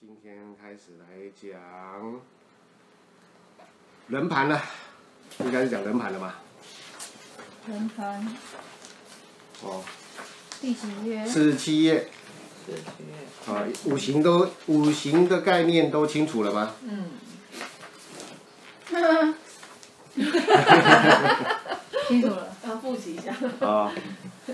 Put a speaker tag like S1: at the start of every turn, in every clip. S1: 今天开始来讲人盘了，应该是讲人盘了吧？
S2: 人团
S1: 哦，
S2: 第几
S3: 哎
S2: 页？
S1: 四十七页
S3: 是去，
S1: 啊，五行都五行的概念都清楚了吗？
S3: 嗯，
S2: 清楚了，
S3: 要复习一下，
S1: 啊、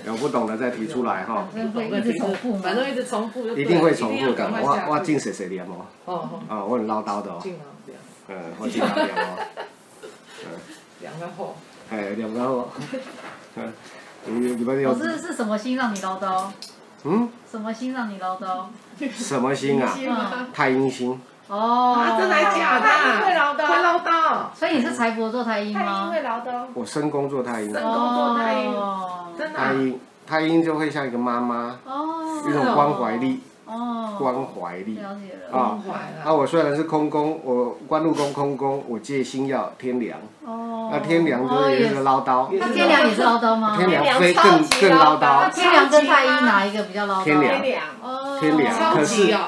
S1: 有不懂的再提出来哈、
S2: 反正会一直重复嘛
S3: 反。正一直重复就对
S1: 一
S3: 了，
S1: 定会重复的。
S3: 一定要赶快下
S1: 我我
S3: 去
S1: 进谁谁连哦，
S3: 哦哦，
S1: 啊，我很唠叨的哦，
S3: 进啊，这样
S1: 嗯，我进他连哦，嗯，
S3: 两个后，
S1: 哎，两个哦，嗯，你你们有
S2: 我是是什么心让你唠叨？
S1: 嗯
S2: 什么心让你唠叨？
S1: 什么星
S4: 嗯
S1: 啊？
S3: 进啊，
S1: 太阴星，
S2: 哦，
S3: 真的还假的？
S4: 会唠叨
S3: 会唠叨，
S2: 所以你是财帛座太阴
S4: 太阴
S2: 吗？
S4: 会唠叨，
S1: 我身工作太阴，
S3: 身工作太阴
S2: 哦
S3: 真的
S1: 太
S3: 啊，
S1: 阴太阴就会像一个妈妈，
S2: 哦，
S1: 一种关怀力，
S2: 哦，
S1: 关怀力。
S2: 了解了。
S1: 啊
S3: 崩坏
S1: 啊，
S3: 了，
S1: 我虽然是空宫，我官禄宫空宫，我借星曜天梁，
S2: 哦，
S1: 那天梁就是也是唠叨，
S3: 也
S2: 那天良也是唠叨吗？
S1: 天梁
S4: 梁
S1: 非
S4: 超
S1: 更
S4: 级
S1: 更唠
S4: 唠
S1: 叨
S4: 叨。
S2: 天良跟太阴哪一个比较唠叨？
S1: 天良
S4: 天凉，
S2: 哦，
S1: 天良
S3: 超
S1: 可是
S3: 级哦，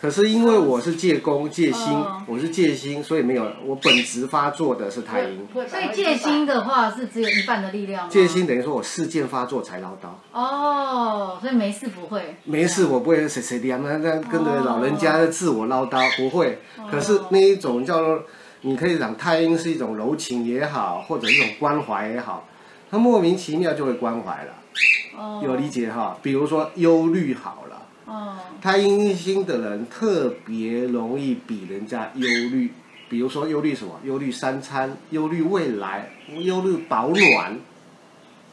S1: 可是因为我是借宫借星
S2: 哦，
S1: 我是借星，所以没有我本职发作的是太阴。
S4: 会
S2: 所以戒心的话是只有一半的力量吗。
S1: 借星等于说我事件发作才唠叨，
S2: 哦，所以没事不会。
S1: 没事我不会谁谁的，那那跟着老人家自我唠叨不会。可是那一种叫做你可以讲太阴是一种柔情也好，或者一种关怀也好，他莫名其妙就会关怀了。
S2: 哦，
S1: 有理。解哈，比如说忧虑好了，
S2: 哦，
S1: 太阴星的人特别容易比人家忧虑，比如说忧虑什么？忧虑三餐，忧虑未来，忧虑保暖，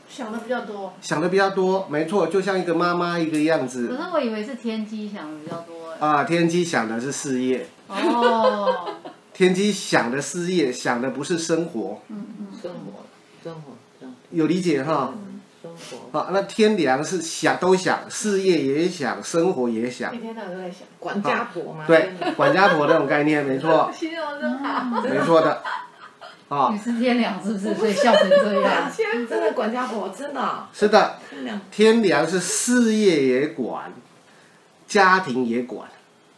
S4: 想的比较多，
S1: 想的比较多。没错，就像一个妈妈一个样
S2: 可
S1: 子
S2: 是我以为是天机想的比较多哎。
S1: 啊。天机想的是事业，
S2: 哦，
S1: 天机想的事业想的不是生活，
S2: 嗯嗯，
S3: 生活，生活，生
S1: 有理解哈？
S3: 活，生活，
S1: 好，那天梁是想都想，事业也想，生活也想
S4: 一，天到晚都在想。
S3: 管家婆嘛，
S1: 对，管家婆那种概念没错，
S4: 形容真好，
S1: 没错的，啊
S2: 你，是天良是不是？所以笑成这样。
S3: 真的管家婆，真的哦，
S1: 是的。
S3: 真的
S1: 天良是事业也管，家庭也管，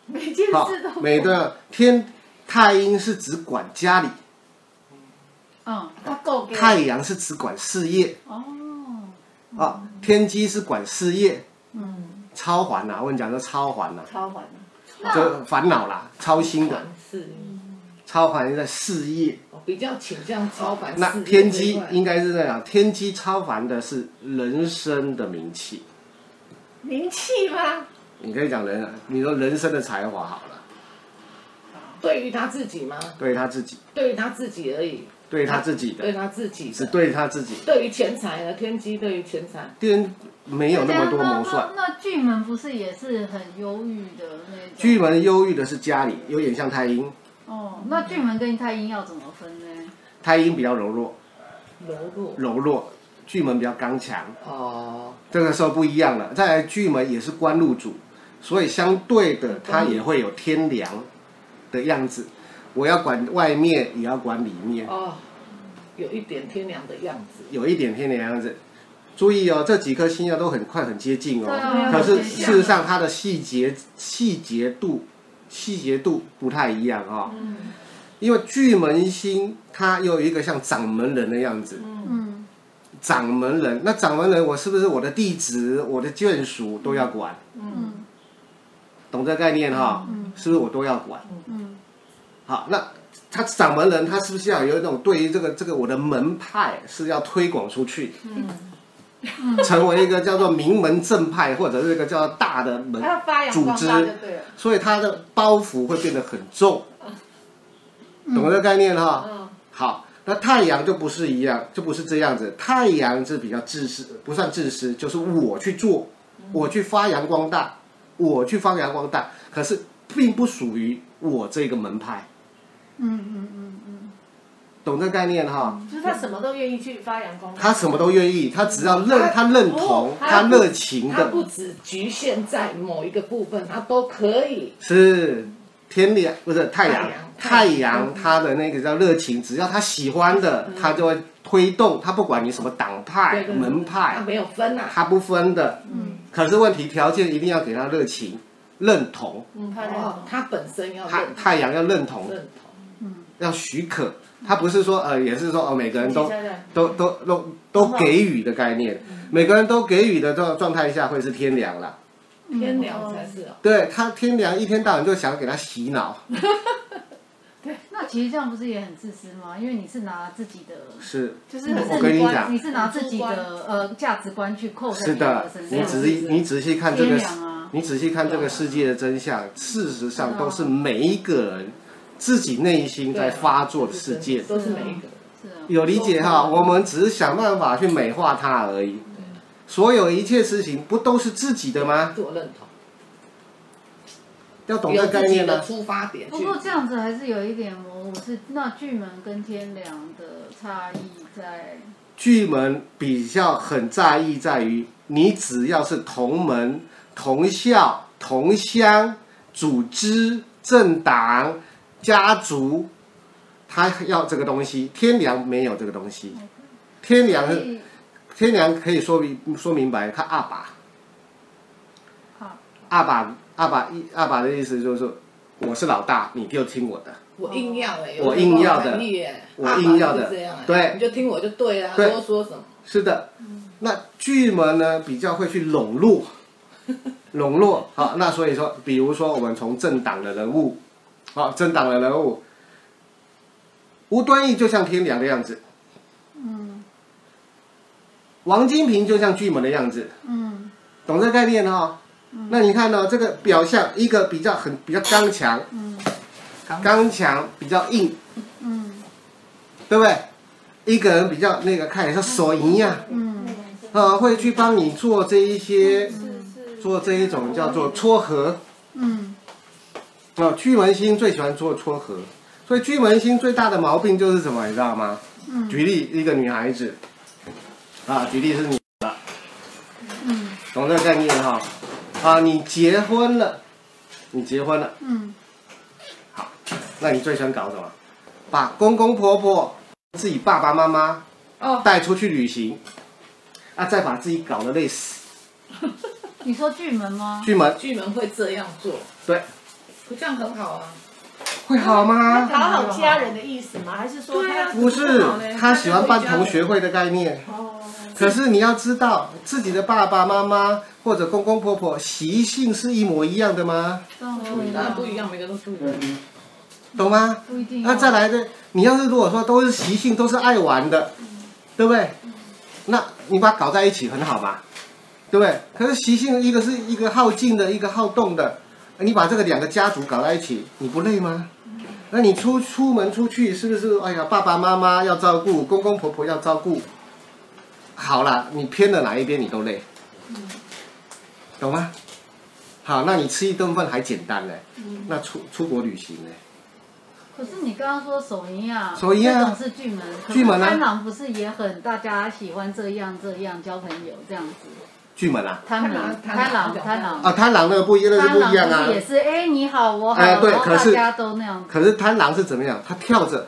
S4: 每件
S1: 好
S4: 事都，
S1: 每段天太阴是只管家里，
S2: 嗯，
S4: 他够给，
S1: 太阳是只管事业
S2: 哦，
S1: 啊，天机是管事业，
S2: 嗯，
S1: 超环啊呐、我跟你讲，这超环啊呐、
S4: 超烦，
S1: 这烦恼啦，操心的，
S3: 管事，
S1: 超环在事业。
S3: 我比较倾向超凡啊事业
S1: 那
S3: 这一块。
S1: 天机应该是这样，天机超凡的是人生的名气，
S4: 名气吗？
S1: 你可以讲人，你说人生的才华好了，
S3: 对于他自己吗？
S1: 对他自己，
S3: 对于他自己而已，
S1: 对他自己
S3: 对
S1: 的，
S3: 他自己的，
S1: 只对他自己。
S3: 对于钱财呢，天机对于钱财，
S1: 天没有那么多
S3: 啊
S1: 谋算
S2: 那。那那巨门不是也是很忧郁的那种？
S1: 巨门忧郁的是家里，有点像太阴，
S2: 哦，那巨门跟太阴要怎么分呢？
S1: 太阴比较柔弱，
S3: 柔弱
S1: 柔弱，巨门比较刚强，
S3: 哦，
S1: 这个时候不一样了。再来，巨门也是官禄主，所以相对的，它也会有天良的样子。我要管外面，也要管里面，
S3: 哦，有一点天良的样子，
S1: 有一点天良的样子。注意哦，这几颗星耀都很快很接近
S2: 对
S1: 哦，
S2: 啊
S1: 可是
S2: 很接近
S1: 事实上它的细节细节度细节度不太一样哦。
S4: 嗯
S1: 因为巨门星它又有一个像掌门人的样子，
S4: 嗯，
S2: 嗯，
S1: 掌门人那掌门人我是不是我的弟子、我的眷属都要管？
S2: 嗯
S1: 懂这概念哈、
S2: 嗯
S1: 是不是我都要管？
S2: 嗯
S1: 好，那他掌门人他是不是要有一种对于这个这个我的门派是要推广出去，
S2: 嗯
S1: 成为一个叫做名门正派或者是一个叫大的门
S4: 他，要发扬光大就对了，
S1: 所以他的包袱会变得很重，懂这概念哈、
S4: 嗯，
S1: 好，那太阳就不是一样，就不是这样子。太阳是比较自私，不算自私，就是我去做，我去发扬光大，我去发扬光大。可是并不属于我这个门派，
S2: 嗯嗯嗯嗯，
S1: 懂这概念哈？
S4: 就是他什么都愿意去发扬光大，
S1: 他什么都愿意，他只要认他认同，他热情
S3: 它
S1: 的
S3: 不只局限在某一个部分，它都可以。
S1: 是天亮，不是太阳
S3: 太阳。
S1: 太阳他的那个叫热情，只要他喜欢的，他就会推动。他不管你什么党派、
S3: 对对对
S1: 门
S3: 它
S1: 派，
S3: 没有分呐、啊，
S1: 他不分的。
S4: 嗯，
S1: 可是问题条件一定要给他热情，认同，
S4: 嗯，他认
S3: 哦
S4: 同，
S3: 他本身要
S1: 太
S3: 认同
S1: 太阳要认同，
S3: 认同，
S2: 嗯，
S1: 要许可，他不是说呃，也是说哦，每个人都
S4: 一起下
S3: 嗯
S4: 载
S1: 都都都都给予的概念，每个人都给予的状状态下会是天良啦。
S2: 嗯
S3: 天良才是哦。
S1: 对他天良一天到晚就想给他洗脑，
S2: 那其实这样不是也很自私吗？因为你是拿自己的，
S1: 是
S4: 就是
S2: 你
S4: 很
S2: 是
S1: 我跟你
S4: 主观
S1: 讲
S2: 你是拿自己
S4: 主观
S2: 的呃价值观去扣在
S1: 是
S2: 别人
S1: 的
S2: 的，身
S1: 你
S2: 上，
S1: 仔细你仔细看这
S2: 天
S1: 个，
S2: 良啊，嗯
S1: 你仔细看这个世界的真相，事实上都是每一个人自己内心
S2: 啊
S1: 在发作的事件。
S3: 都是每一个人。
S2: 是啊，
S1: 有理解哈，我们只是想办法去美化它而已。所有一切事情不都是自己的吗？
S3: 自我认同，
S1: 要嗯懂
S3: 有
S1: 这概
S3: 自己
S1: 念
S3: 的
S1: 呢。
S3: 出发点去。
S2: 不过这样子还是有一点模糊，是那巨门跟天良的差异在，
S1: 巨门比较很在意在于，你只要是同门、同校、同乡、组织、政党、家族，他要这个东西。天良没有这个东西，天良
S2: 所
S1: 是
S2: 以
S1: 天良可以说明说明白，看阿爸。
S2: 好，
S1: 阿爸，阿爸一阿爸的意思就是，我是老大，你就听我的。
S3: 我硬要哎，
S1: 我硬要的
S3: 有这种能力耶
S1: 我硬要的
S3: 爸爸就是这样哎
S1: 对
S3: 你就听我就对啦，
S1: 对
S3: 多说什么。
S1: 是的，那巨门呢比较会去笼络，笼络。好，那所以说，比如说我们从政党的人物，好，政党的人物，吴敦义就像天良的样子，
S2: 嗯
S1: 王金平就像巨门的样子，
S2: 嗯
S1: 懂这个概念哦？那你看呢、这个表象，一个比较很比较刚强，
S2: 嗯
S1: 刚强比较硬，
S2: 嗯
S1: 对不对？一个人比较那个看起来像手淫呀、
S2: 嗯，
S1: 呃，会去帮你做这一些，
S4: 是是
S1: 做这一种叫做撮合。
S2: 嗯
S1: 啊，巨门星最喜欢做撮合，所以巨门星最大的毛病就是什么，你知道吗？
S2: 嗯
S1: 举例一个女孩子，啊，举例是你，
S2: 嗯
S1: 懂这个概念哈？啊，你结婚了，你结婚了，
S2: 嗯
S1: 那你最喜欢搞什么？把公公婆婆、自己爸爸妈妈
S3: 哦，
S1: 带出去旅行，啊，再把自己搞得累死。
S2: 你说巨门吗？
S1: 巨门
S3: 巨门会这样做，
S1: 对，
S3: 可这样很好啊。
S1: 会好吗？
S4: 讨好家人的意思吗？还是说
S3: 对啊
S4: 他
S1: 不是，他喜欢办同学会的概念。
S4: 哦，
S1: 可是你要知道，自己的爸爸妈妈或者公公婆婆习性是一模一样的吗？
S2: 当然
S1: 嗯
S3: 当然不
S2: 不
S3: 一
S2: 一样，
S3: 样，每个都不一样。
S1: 懂吗？
S2: 不一定。哦
S1: 那再来的，你要是如果说都是习性，都是爱玩的，对不对？那你把它搞在一起很好嘛，对不对？可是习性一个是一个好静的，一个好动的，你把这个两个家族搞在一起，你不累吗？那你出出门出去是不是？哎呀，爸爸妈妈要照顾，公公婆婆要照顾，好啦，你偏了哪一边你都累，懂吗？好，那你吃一顿饭还简单呢，那出出国旅行呢？
S2: 可是你刚刚说手淫呀，
S1: 手淫啊
S2: 这种是巨门，
S1: 巨门啊
S2: 可是贪狼不是也很大家喜欢这样这样交朋友这样子？
S1: 巨门啊，
S2: 贪狼，贪狼，贪狼，
S1: 啊，贪狼那个不一样，那是
S2: 贪
S1: 不一样
S2: 狼
S1: 啊
S2: 不是。也是哎你好我好，
S1: 哎对
S2: 然后
S1: 可
S2: 大
S1: 是
S2: 家都那样
S1: 可是贪狼是怎么样？他跳着，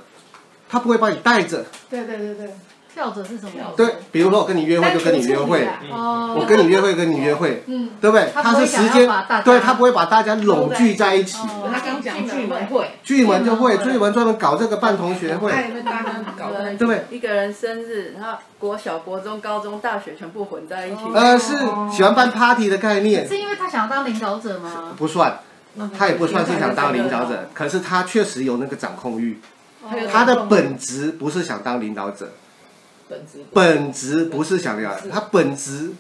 S1: 他不会把你带着。
S4: 对对对对，
S2: 跳着是什么？
S1: 对，比如说我跟你约会就跟你约会，
S4: 单独处理啊
S1: 我
S2: 哦，
S1: 跟你约会跟你约会，
S4: 嗯，
S1: 对不对？
S2: 他不
S1: 他
S2: 会
S1: 是
S2: 想
S1: 时
S2: 要
S1: 间
S2: 把大家，
S1: 对他不会把大家拢聚在一起。
S2: 哦
S3: 他刚讲巨门会，
S1: 巨门就会，
S2: 巨门会
S1: 巨门专门搞这个办同学会，
S2: 哎
S3: 爱被大家搞在一起
S1: 对不对？
S5: 一个人生日，然后国小、国中、高中、大学全部混在一起。
S1: 呃，是喜欢办 party 的概念，
S2: 是因为他想要当领导者吗？
S1: 不算，
S3: 呃
S1: 他也不算是想当领导
S3: 那
S1: 者，可是他确实有那个掌控欲。
S3: 还
S4: 哦
S3: 有
S1: 他的本质不是想当领导者，
S3: 本质不
S1: 本质不是想要，他本质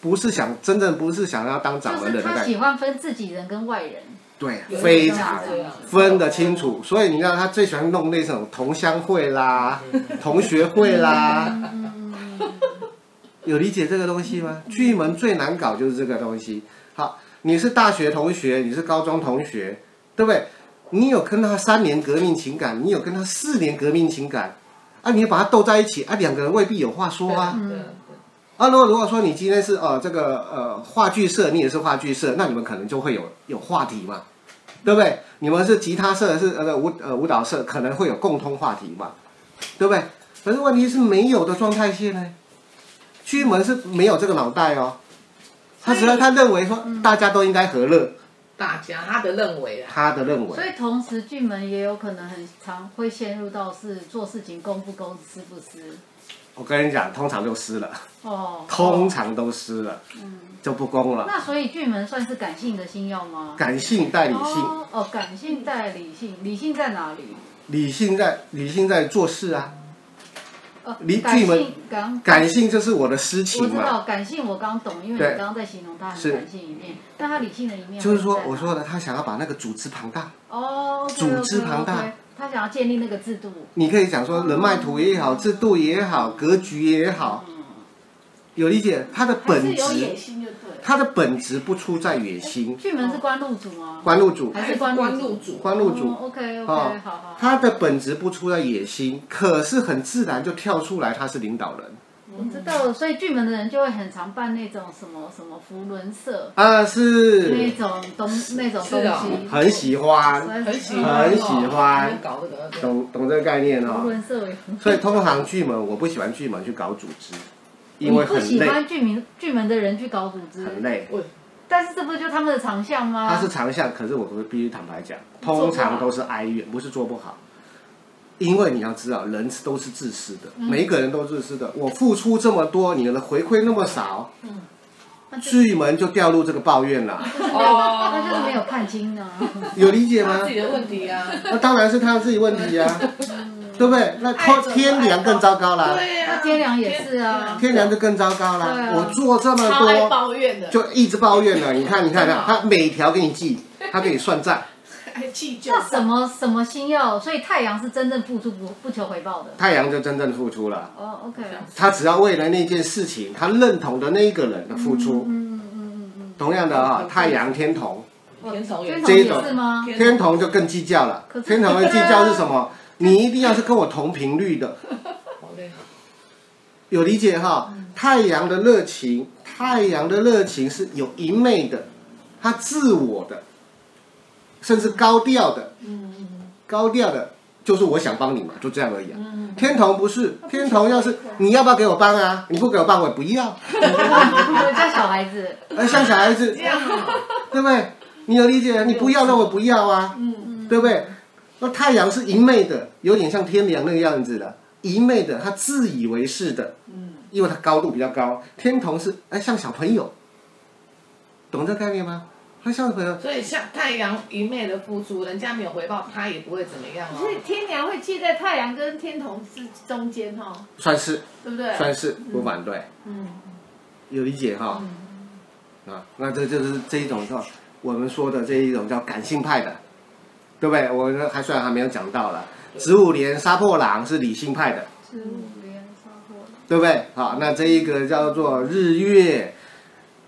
S1: 不是想真正不是想要当掌
S2: 就
S1: 门
S2: 是
S1: 人的
S2: 他
S1: 概
S2: 喜
S1: 念，
S2: 欢分自己人跟外人，
S1: 对，
S3: 有一个
S1: 非
S3: 这样
S1: 常
S3: 子这样
S1: 分得清楚。所以你看他最喜欢弄那种同乡会啦、同学会啦，
S2: 嗯，
S1: 有理解这个东西吗？巨门最难搞就是这个东西。好，你是大学同学，你是高中同学，对不对？你有跟他三年革命情感，你有跟他四年革命情感，啊，你把他斗在一起，啊，两个人未必有话说啊。
S3: 对对
S1: 啊，如果如果说你今天是呃这个呃话剧社，你也是话剧社，那你们可能就会有有话题嘛，对不对？你们是吉他社，是呃舞呃舞蹈社，可能会有共通话题嘛，对不对？可是问题是没有的状态下呢，
S2: 嗯
S1: 巨门是没有这个脑袋哦，他只要他认为说大家都应该和乐，
S3: 大家他的认为啊，
S1: 他的认为
S2: 所。以同时巨门也有可能很常会陷入到是做事情公不公私不私
S1: 我跟你讲，通常就湿了，
S2: 哦。
S1: 通常都湿了，就不公了。
S2: 嗯那所以巨门算是感性的星耀吗？
S1: 感性带理性，
S2: 哦哦，感性在理性，理性在哪里？
S1: 理性在理性在做事啊，
S2: 哦，
S1: 离
S2: 感
S1: 巨门
S2: 性感
S1: 感性就是我的私
S2: 我
S1: 情
S2: 知
S1: 嘛。
S2: 道感性，我刚懂，因为
S1: 对
S2: 你刚刚在形容他很
S1: 是
S2: 感性一面，但他理性的一面
S1: 就是
S2: 会
S1: 说
S2: 在，哪
S1: 我说的，他想要把那个组织庞大，
S2: 哦，
S1: 组织庞大，
S2: 他想要建立那个制度，
S1: 你可以讲
S2: 哦
S1: 说人脉图也好，制度也好，格局也好，
S2: 嗯
S1: 有理解？它的
S4: 还是
S1: 本
S4: 有野
S1: 质，
S4: 心就对了。
S1: 它的本质不出在野心。
S2: 巨门是官禄主吗？
S1: 官禄主，
S2: 还是
S3: 关
S2: 关
S3: 入
S2: 入
S3: 主，
S1: 官禄主，
S2: OK OK，
S1: 哦
S2: 好好，
S1: 他的本质不出在野心，可是很自然就跳出来，他是领导人
S2: 我知道了，所以巨门的人就会很常办那种什么什么福伦社
S1: 啊，
S2: 那
S1: 是
S2: 种东那种
S3: 是
S2: 东
S3: 啊
S2: 西，
S1: 很喜欢，
S2: 很
S3: 很喜
S1: 欢
S3: 欢、哦
S1: 很喜欢
S3: 搞这个，对
S1: 懂懂这个概念
S2: 福
S1: 哦。
S2: 伦社也很。
S1: 所以通常巨门，我不喜欢巨门去搞组织，
S2: 你
S1: 因为
S2: 不
S1: 很
S2: 喜
S1: 累，
S2: 欢巨门巨门的人去搞组织，
S1: 很累。
S3: 我
S2: 但是这不就他们的长项吗？
S1: 他是长项，可是我必须坦白讲，通常都是哀怨，不是做不好。因为你要知道，人都是自私的，每一个人都自私的。我付出这么多，你的回馈那么少，
S2: 那就
S1: 巨门就掉入这个抱怨了，
S2: 那就是没
S3: 哦，
S2: 有看清呢。
S1: 有理解吗？
S3: 自己的问题啊，
S1: 那当然是他自己问题啊，对不对？那
S4: 爱
S1: 天
S4: 怎么
S1: 天良更糟糕啦，
S3: 对
S2: 那
S3: 啊，
S2: 天良也是 啊，
S1: 天良就更糟糕啦。
S2: 对啊
S1: 我做这么
S4: 超爱
S1: 多，
S4: 抱怨的，
S1: 就一直抱怨了。你看，你看，你看，他每条给你记，他给你算账，
S4: 还计较。
S2: 那什么什么星耀，所以太阳是真正付出不不求回报的。
S1: 太阳就真正付出了。
S2: 哦，OK，
S1: 他只要为了那件事情，他认同的那一个人的付出。
S2: 嗯嗯嗯嗯
S1: 同样的啊、
S3: 嗯
S1: 太阳天同，
S2: 嗯，
S3: 天同
S2: 天
S3: 也是
S2: 同
S1: 这一
S2: 也
S1: 种
S2: 是吗？
S1: 天同就更计较了
S2: 可。是
S1: 天同的计较是什么？你一定要是跟我同频率的，
S3: 好累啊，
S1: 有理解哈、
S2: 嗯
S1: 太阳的热情，太阳的热情是有一昧的，它自我的，甚至高调的，
S4: 嗯
S1: 高调的，就是我想帮你嘛，就这样而已
S2: 嗯
S1: 啊。天童不是，天童要是你要不要给我帮啊？你不给我帮，我也不 要。
S2: 我家小孩子，
S1: 而像小孩子，
S3: 啊
S1: 对不对？你有理解？啊你不要，那我不要
S4: 嗯
S1: 啊，对不对？那太阳是一昧的，有点像天梁那个样子的，一昧的，他自以为是的，
S4: 嗯
S1: 因为他高度比较高。天同是哎，像小朋友，懂这概念吗？他像小朋友，
S3: 所以像太阳一昧的付出，人家没有回报，他也不会怎么样
S4: 所以
S3: 哦。
S4: 天梁会介在太阳跟天同之中间哈，
S1: 算是
S4: 对不对？
S1: 算是不反对，
S4: 嗯，
S1: 有理解哈？啊，那这就是这一种叫我们说的这一种叫感性派的，对不对？我们还虽然还没有讲到了，子午连杀破狼是理性派的，
S2: 十五连超过
S1: 对不对？好，那这一个叫做日月，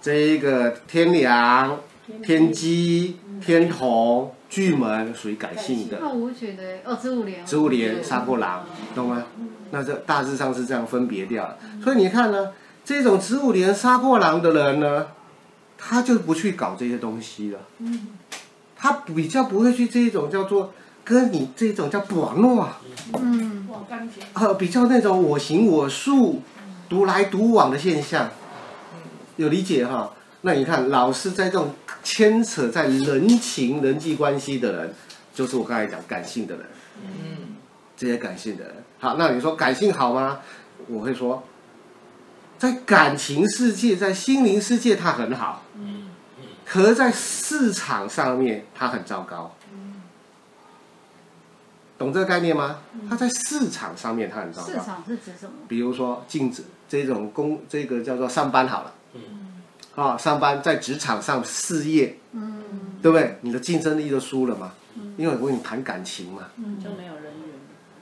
S1: 这一个天梁、天机、天同、巨门属于感性的，
S2: 那舞曲的哦，子午连，
S1: 子午连杀破狼，懂吗？那这大致上是这样分别掉了。所以你看呢，这种子午连杀破狼的人呢，他就不去搞这些东西了，他比较不会去这一种叫做跟你这种叫不诺啊。
S2: 嗯，
S4: 我感觉
S1: 呃，比较那种我行我素、独来独往的现象，有理解哈？那你看，老是在这种牵扯在人情、人际关系的人，就是我刚才讲感性的人，
S3: 嗯，
S1: 这些感性的人。好，那你说感性好吗？我会说，在感情世界、在心灵世界，它很好，可是在市场上面，它很糟糕。懂这个概念吗？它在市场上面，它很糟糕。
S2: 市场是指什么？
S1: 比如说禁止这种工，这个叫做上班好了，嗯，啊，上班在职场上事业，
S2: 嗯，
S1: 对不对？你的竞争力就输了嘛，
S3: 嗯
S1: 因为我跟你谈感情嘛，
S4: 嗯
S5: 就没有人缘。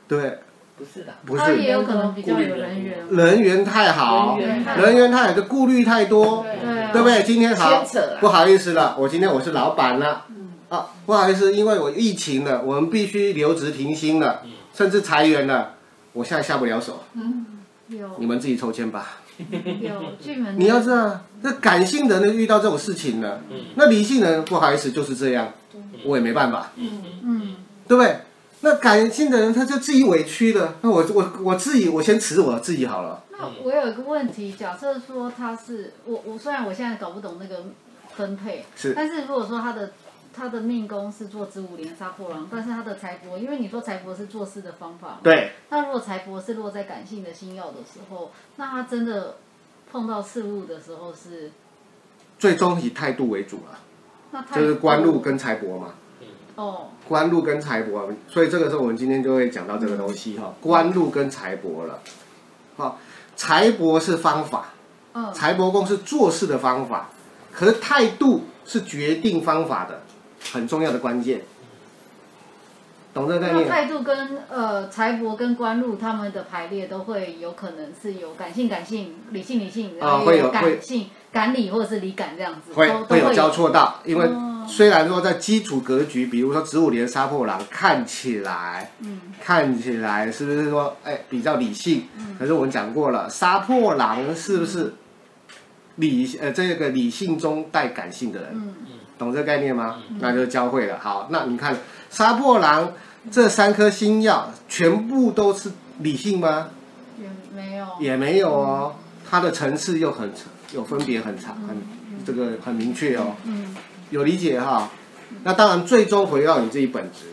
S1: 对不对，
S3: 不是的，
S1: 不
S2: 他也
S1: 是
S2: 有可能比较有人缘，
S1: 人缘太好，
S3: 人缘太好嗯
S1: 人缘太好就顾虑太多，
S2: 对啊
S1: 对不对？今天好
S3: 牵扯嗯啊，
S1: 不好意思了，我今天我是老板了，啊，不好意思，因为我疫情了，我们必须留职停薪了，
S3: 嗯
S1: 甚至裁员了，我现在下不了手，
S4: 嗯
S1: 你
S2: 有
S1: 们自己抽签吧。
S2: 有巨门，
S1: 你要知道，那感性人呢遇到这种事情呢，那理性人不好意思就是这样，我也没办法，
S2: 嗯，
S1: 对不对？那感性的人他就自己委屈了，那我我我自己我先辞我自己好了，
S2: 那我有一个问题，假设说他是我，我虽然我现在搞不懂那个分配，
S1: 是
S2: 但是如果说他的他的命宫是做子午连杀破狼，但是他的财帛，因为你说财帛是做事的方法嘛，
S1: 对，
S2: 那如果财帛是落在感性的星耀的时候，那他真的碰到事物的时候是
S1: 最终以态度为主了，
S2: 那太
S1: 就是官禄跟财帛嘛。
S2: 哦，
S1: 官禄跟财帛，所以这个时候我们今天就会讲到这个东西哈，官禄跟财帛了。好，财帛是方法，
S2: 嗯，
S1: 财帛宫是做事的方法，可是态度是决定方法的很重要的关键，懂这个概
S2: 那
S1: 念？
S2: 态度跟呃财帛跟官禄他们的排列都会有可能是有感性感性理性理性，然后
S1: 啊会
S2: 也
S1: 有会
S2: 感性感理或者是理感这样子，
S1: 会
S2: 都都
S1: 会有交
S2: 有
S1: 错到，因为
S2: 哦
S1: 虽然说在基础格局，比如说子午连杀破狼，看起来
S2: 嗯
S1: 看起来是不是说哎比较理性？可是我们讲过了，杀破狼是不
S2: 嗯
S1: 是理呃这个理性中带感性的人？
S2: 嗯
S1: 懂这个概念吗？那就教会了。好，那你看杀破狼这三颗星耀全部都是理性吗？
S2: 也没有
S1: 也没有哦，它的层次又很有分别很长，很这个很明确哦。
S2: 嗯
S1: 有理解哈？那当然，最终回到你自己本质，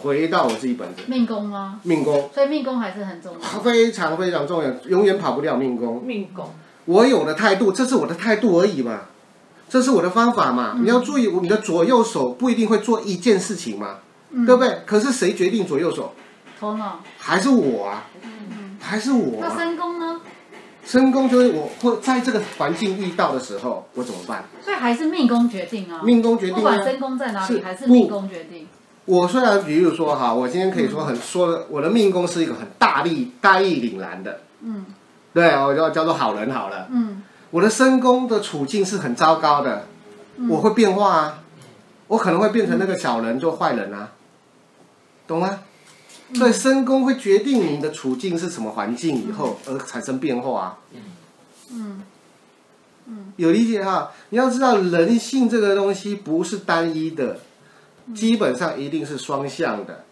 S1: 回到我自己本质，
S2: 命宫吗？
S1: 命宫
S2: 所以命宫还是很重要。
S1: 非常非常重要，永远跑不掉命宫。
S3: 命宫，
S1: 我有的态度，这是我的态度而已嘛，这是我的方法
S2: 嗯
S1: 嘛。你要注意，你的左右手不一定会做一件事情嘛，
S2: 嗯
S1: 对不对？可是谁决定左右手？
S2: 头脑。
S1: 还是我啊，
S2: 嗯
S1: 还是我、
S2: 那
S1: 啊。
S2: 身宫呢？
S1: 身宫就是我会在这个环境遇到的时候，我怎么办？
S2: 所以还是命宫决定啊。
S1: 命宫决定
S2: 不管
S1: 啊。
S2: 身宫在哪里，
S1: 是
S2: 还是
S1: 不
S2: 命宫决定。
S1: 我虽然比如说哈，我今天可以说很说了，我的命宫是一个很大力大义凛然的，
S2: 嗯
S1: 对我就叫做好人好了。
S2: 嗯
S1: 我的身宫的处境是很糟糕的，
S2: 嗯
S1: 我会变化啊，我可能会变成那个小人做坏人啊，懂吗？
S2: 嗯
S1: 所以身宫会决定你的处境是什么环境以后而产生变化啊，
S2: 嗯
S1: 有理解哈？你要知道人性这个东西不是单一的，
S2: 嗯
S1: 基本上一定是双向的，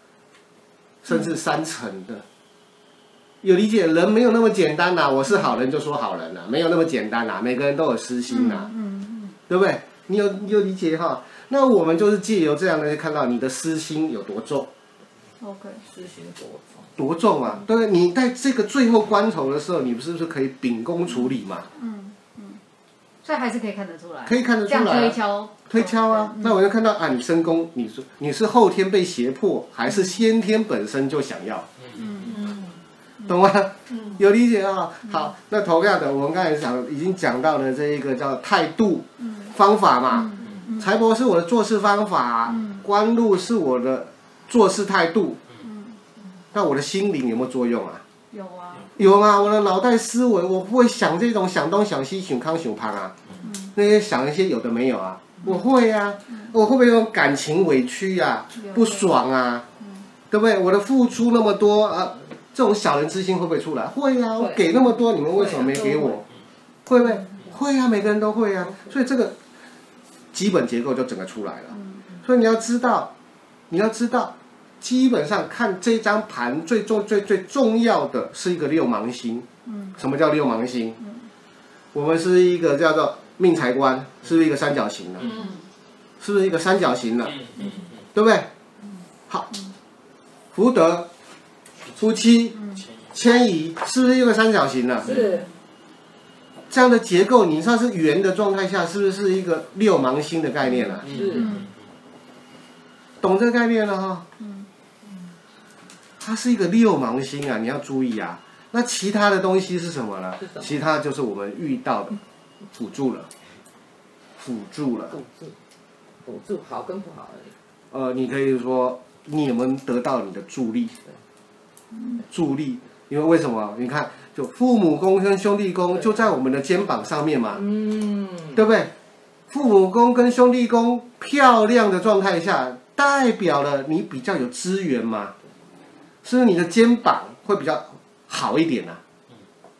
S1: 甚至三层的。有理解，人没有那么简单呐、我是好人就说好人呐、啊没有那么简单呐、每个人都有私心呐、啊
S2: 嗯
S1: 对不对？你有你有理解哈？那我们就是借由这样的去看到你的私心有多重，
S2: 嗯，OK。
S3: 私心多重，
S1: 多重啊，对不对？你在这个最后关头的时候，你是不是可以秉公处理嘛？
S2: 嗯嗯，所以还是可以看得出来。
S1: 可以看得
S2: 这
S1: 出
S2: 样
S1: 来、
S2: 推
S1: 啊，
S2: 敲。
S1: 推敲啊。
S2: 嗯
S1: 那我就看到啊，你身宫，你是你是后天被胁迫，还是先天本身就想要？
S2: 嗯
S4: 嗯
S1: 懂吗？
S4: 嗯
S1: 有理解啊、好，那同样的，我们刚才讲已经讲到了这一个叫态度
S2: 嗯
S1: 方法嘛。
S2: 嗯嗯
S1: 财帛是我的做事方法，
S2: 嗯
S1: 官禄是我的做事态度，
S2: 嗯，
S1: 那我的心灵有没有作用啊？
S2: 有啊。
S1: 有啊，我的脑袋思维，我不会想这种想东想西、想康想胖啊，
S2: 嗯
S1: 那些想一些有的没有啊，我会啊，我会不会有感情委屈啊
S2: 有、
S1: 不爽啊，
S2: 嗯
S1: 对不对？我的付出那么多啊，这种小人之心会不会出来？会啊，我给那么多，你们为什么没给我？会不会？会啊，每个人都会啊，所以这个基本结构就整个出来了。
S2: 嗯
S1: 所以你要知道，你要知道，基本上看这张盘最重最最重要的是一个六芒星。
S2: 嗯
S1: 什么叫六芒星？
S2: 嗯
S1: 我们是一个叫做命财官，是不是一个三角形啊呢、
S4: 嗯
S1: 是不是一个三角形呢、
S6: 嗯嗯
S1: 对不对？好，福德、夫妻、
S2: 嗯
S6: 嗯，
S1: 迁移，是不是一个三角形呢、
S3: 是
S1: 这样的结构，你算是圆的状态下，是不是一个六芒星的概念呢、啊
S2: 嗯
S1: 懂这个概念了哈、
S2: 嗯
S1: 它是一个六芒星啊，你要注意啊。那其他的东西是什么呢
S3: 是什？么
S1: 其他就是我们遇到的辅助了，辅助了。
S3: 辅助，辅助好跟不好而已。
S1: 呃，你可以说你们得到你的助力，助力，因为为什么？你看，就父母宫跟兄弟宫
S3: 对
S1: 就在我们的肩膀上面嘛，
S3: 嗯，
S1: 对不对？父母宫跟兄弟宫漂亮的状态下，代表了你比较有资源嘛，是不是你的肩膀会比较好一点呢、啊？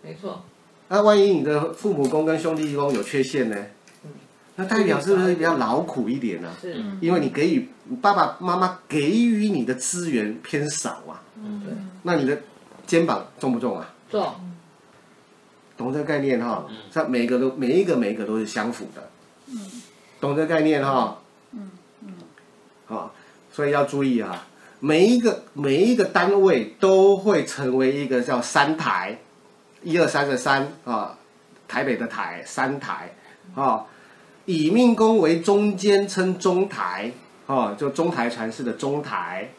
S3: 没错，
S1: 那万一你的父母宫跟兄弟宫有缺陷呢
S3: 嗯？
S1: 那代表是不是比较劳苦一点呢、啊？
S3: 是，
S2: 嗯，
S1: 因为你给予爸爸妈妈给予你的资源偏少啊，
S3: 对，
S1: 那你的肩膀重不重啊？
S3: 重，
S1: 懂这个概念哈、
S6: 嗯
S1: 像每个都每一个每一个都是相符的，
S2: 嗯
S1: 懂这个概念哈、
S2: 嗯嗯
S1: 啊，所以要注意啊，每一个每一个单位都会成为一个叫三台，一二三的三啊，台北的台三台啊，以命宫为中间称中台啊，就中台禅师的中台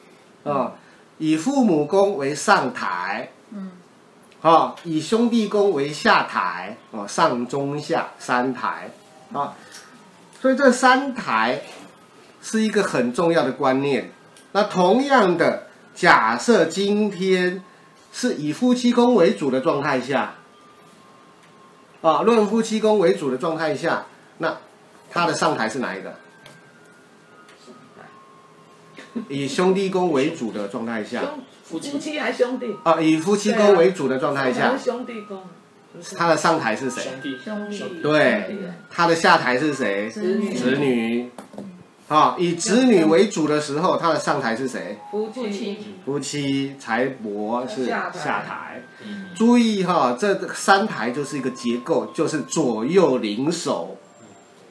S1: 啊，以父母宫为上台，
S2: 嗯，
S1: 啊，以兄弟宫为下台啊，上中下三台啊，所以这三台是一个很重要的观念。那同样的，假设今天是以夫妻宫为主的状态下，啊，论夫妻宫为主的状态下，那他的上台是哪一个？以兄弟宫为主的状态下，
S3: 兄夫妻还兄弟，
S1: 啊，以夫妻宫为主的状态下
S3: 还是，兄弟宫，不是
S1: 他的上台是谁？
S6: 兄弟，
S2: 兄弟
S1: 对，他的下台是谁？
S2: 子女
S1: 子女。啊，以子女为主的时候，他的上台是谁？
S3: 夫
S4: 夫
S3: 妻
S4: 妻
S1: 夫妻财帛是
S3: 下台
S1: 下台，
S6: 嗯，
S1: 注意哈，这三台就是一个结构，就是左右邻手，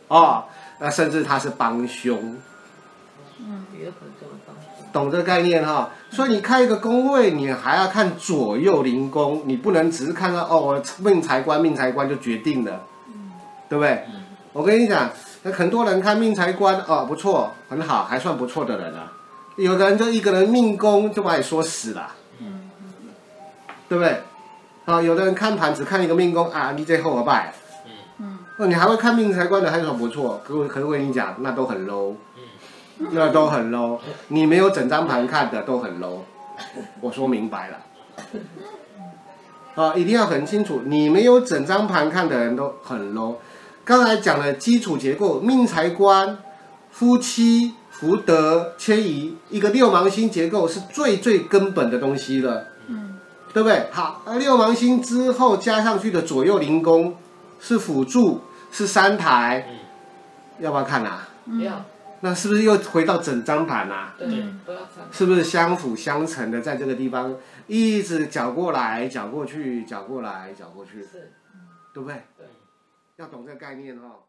S1: 哦，那甚至他是帮凶，
S3: 也可能帮助
S1: 懂这个概念哈？所以你开一个宫位，你还要看左右邻宫，你不能只是看到哦，我命财官命财官就决定了，对不对？我跟你讲，很多人看命财官哦，不错，很好，还算不错的人啊。有的人就一个人命宫就把你说死了，对不对？啊，有的人看盘只看一个命宫啊，你这后而败。
S2: 嗯
S1: 哦，你还会看命财官的，还算不错。可我可是我跟你讲，那都很 low，那都很 low。你没有整张盘看的都很 low，我说明白了。啊，一定要很清楚，你没有整张盘看的人都很 low。刚才讲了基础结构，命财官、夫妻、福德、迁移，一个六芒星结构是最最根本的东西了。
S2: 嗯
S1: 对不对？好，那六芒星之后加上去的左右邻宫是辅助，是三台，
S6: 嗯
S1: 要不要看啊？
S2: 嗯，
S3: 要
S1: 那是不是又回到整张盘啊？
S3: 对
S6: 嗯
S3: 都要参
S1: 是不是相辅相成的，在这个地方一直搅过来、搅过去、搅过来、搅过去，
S3: 是。
S1: 对不对
S3: 对？
S1: 要懂这个概念哦。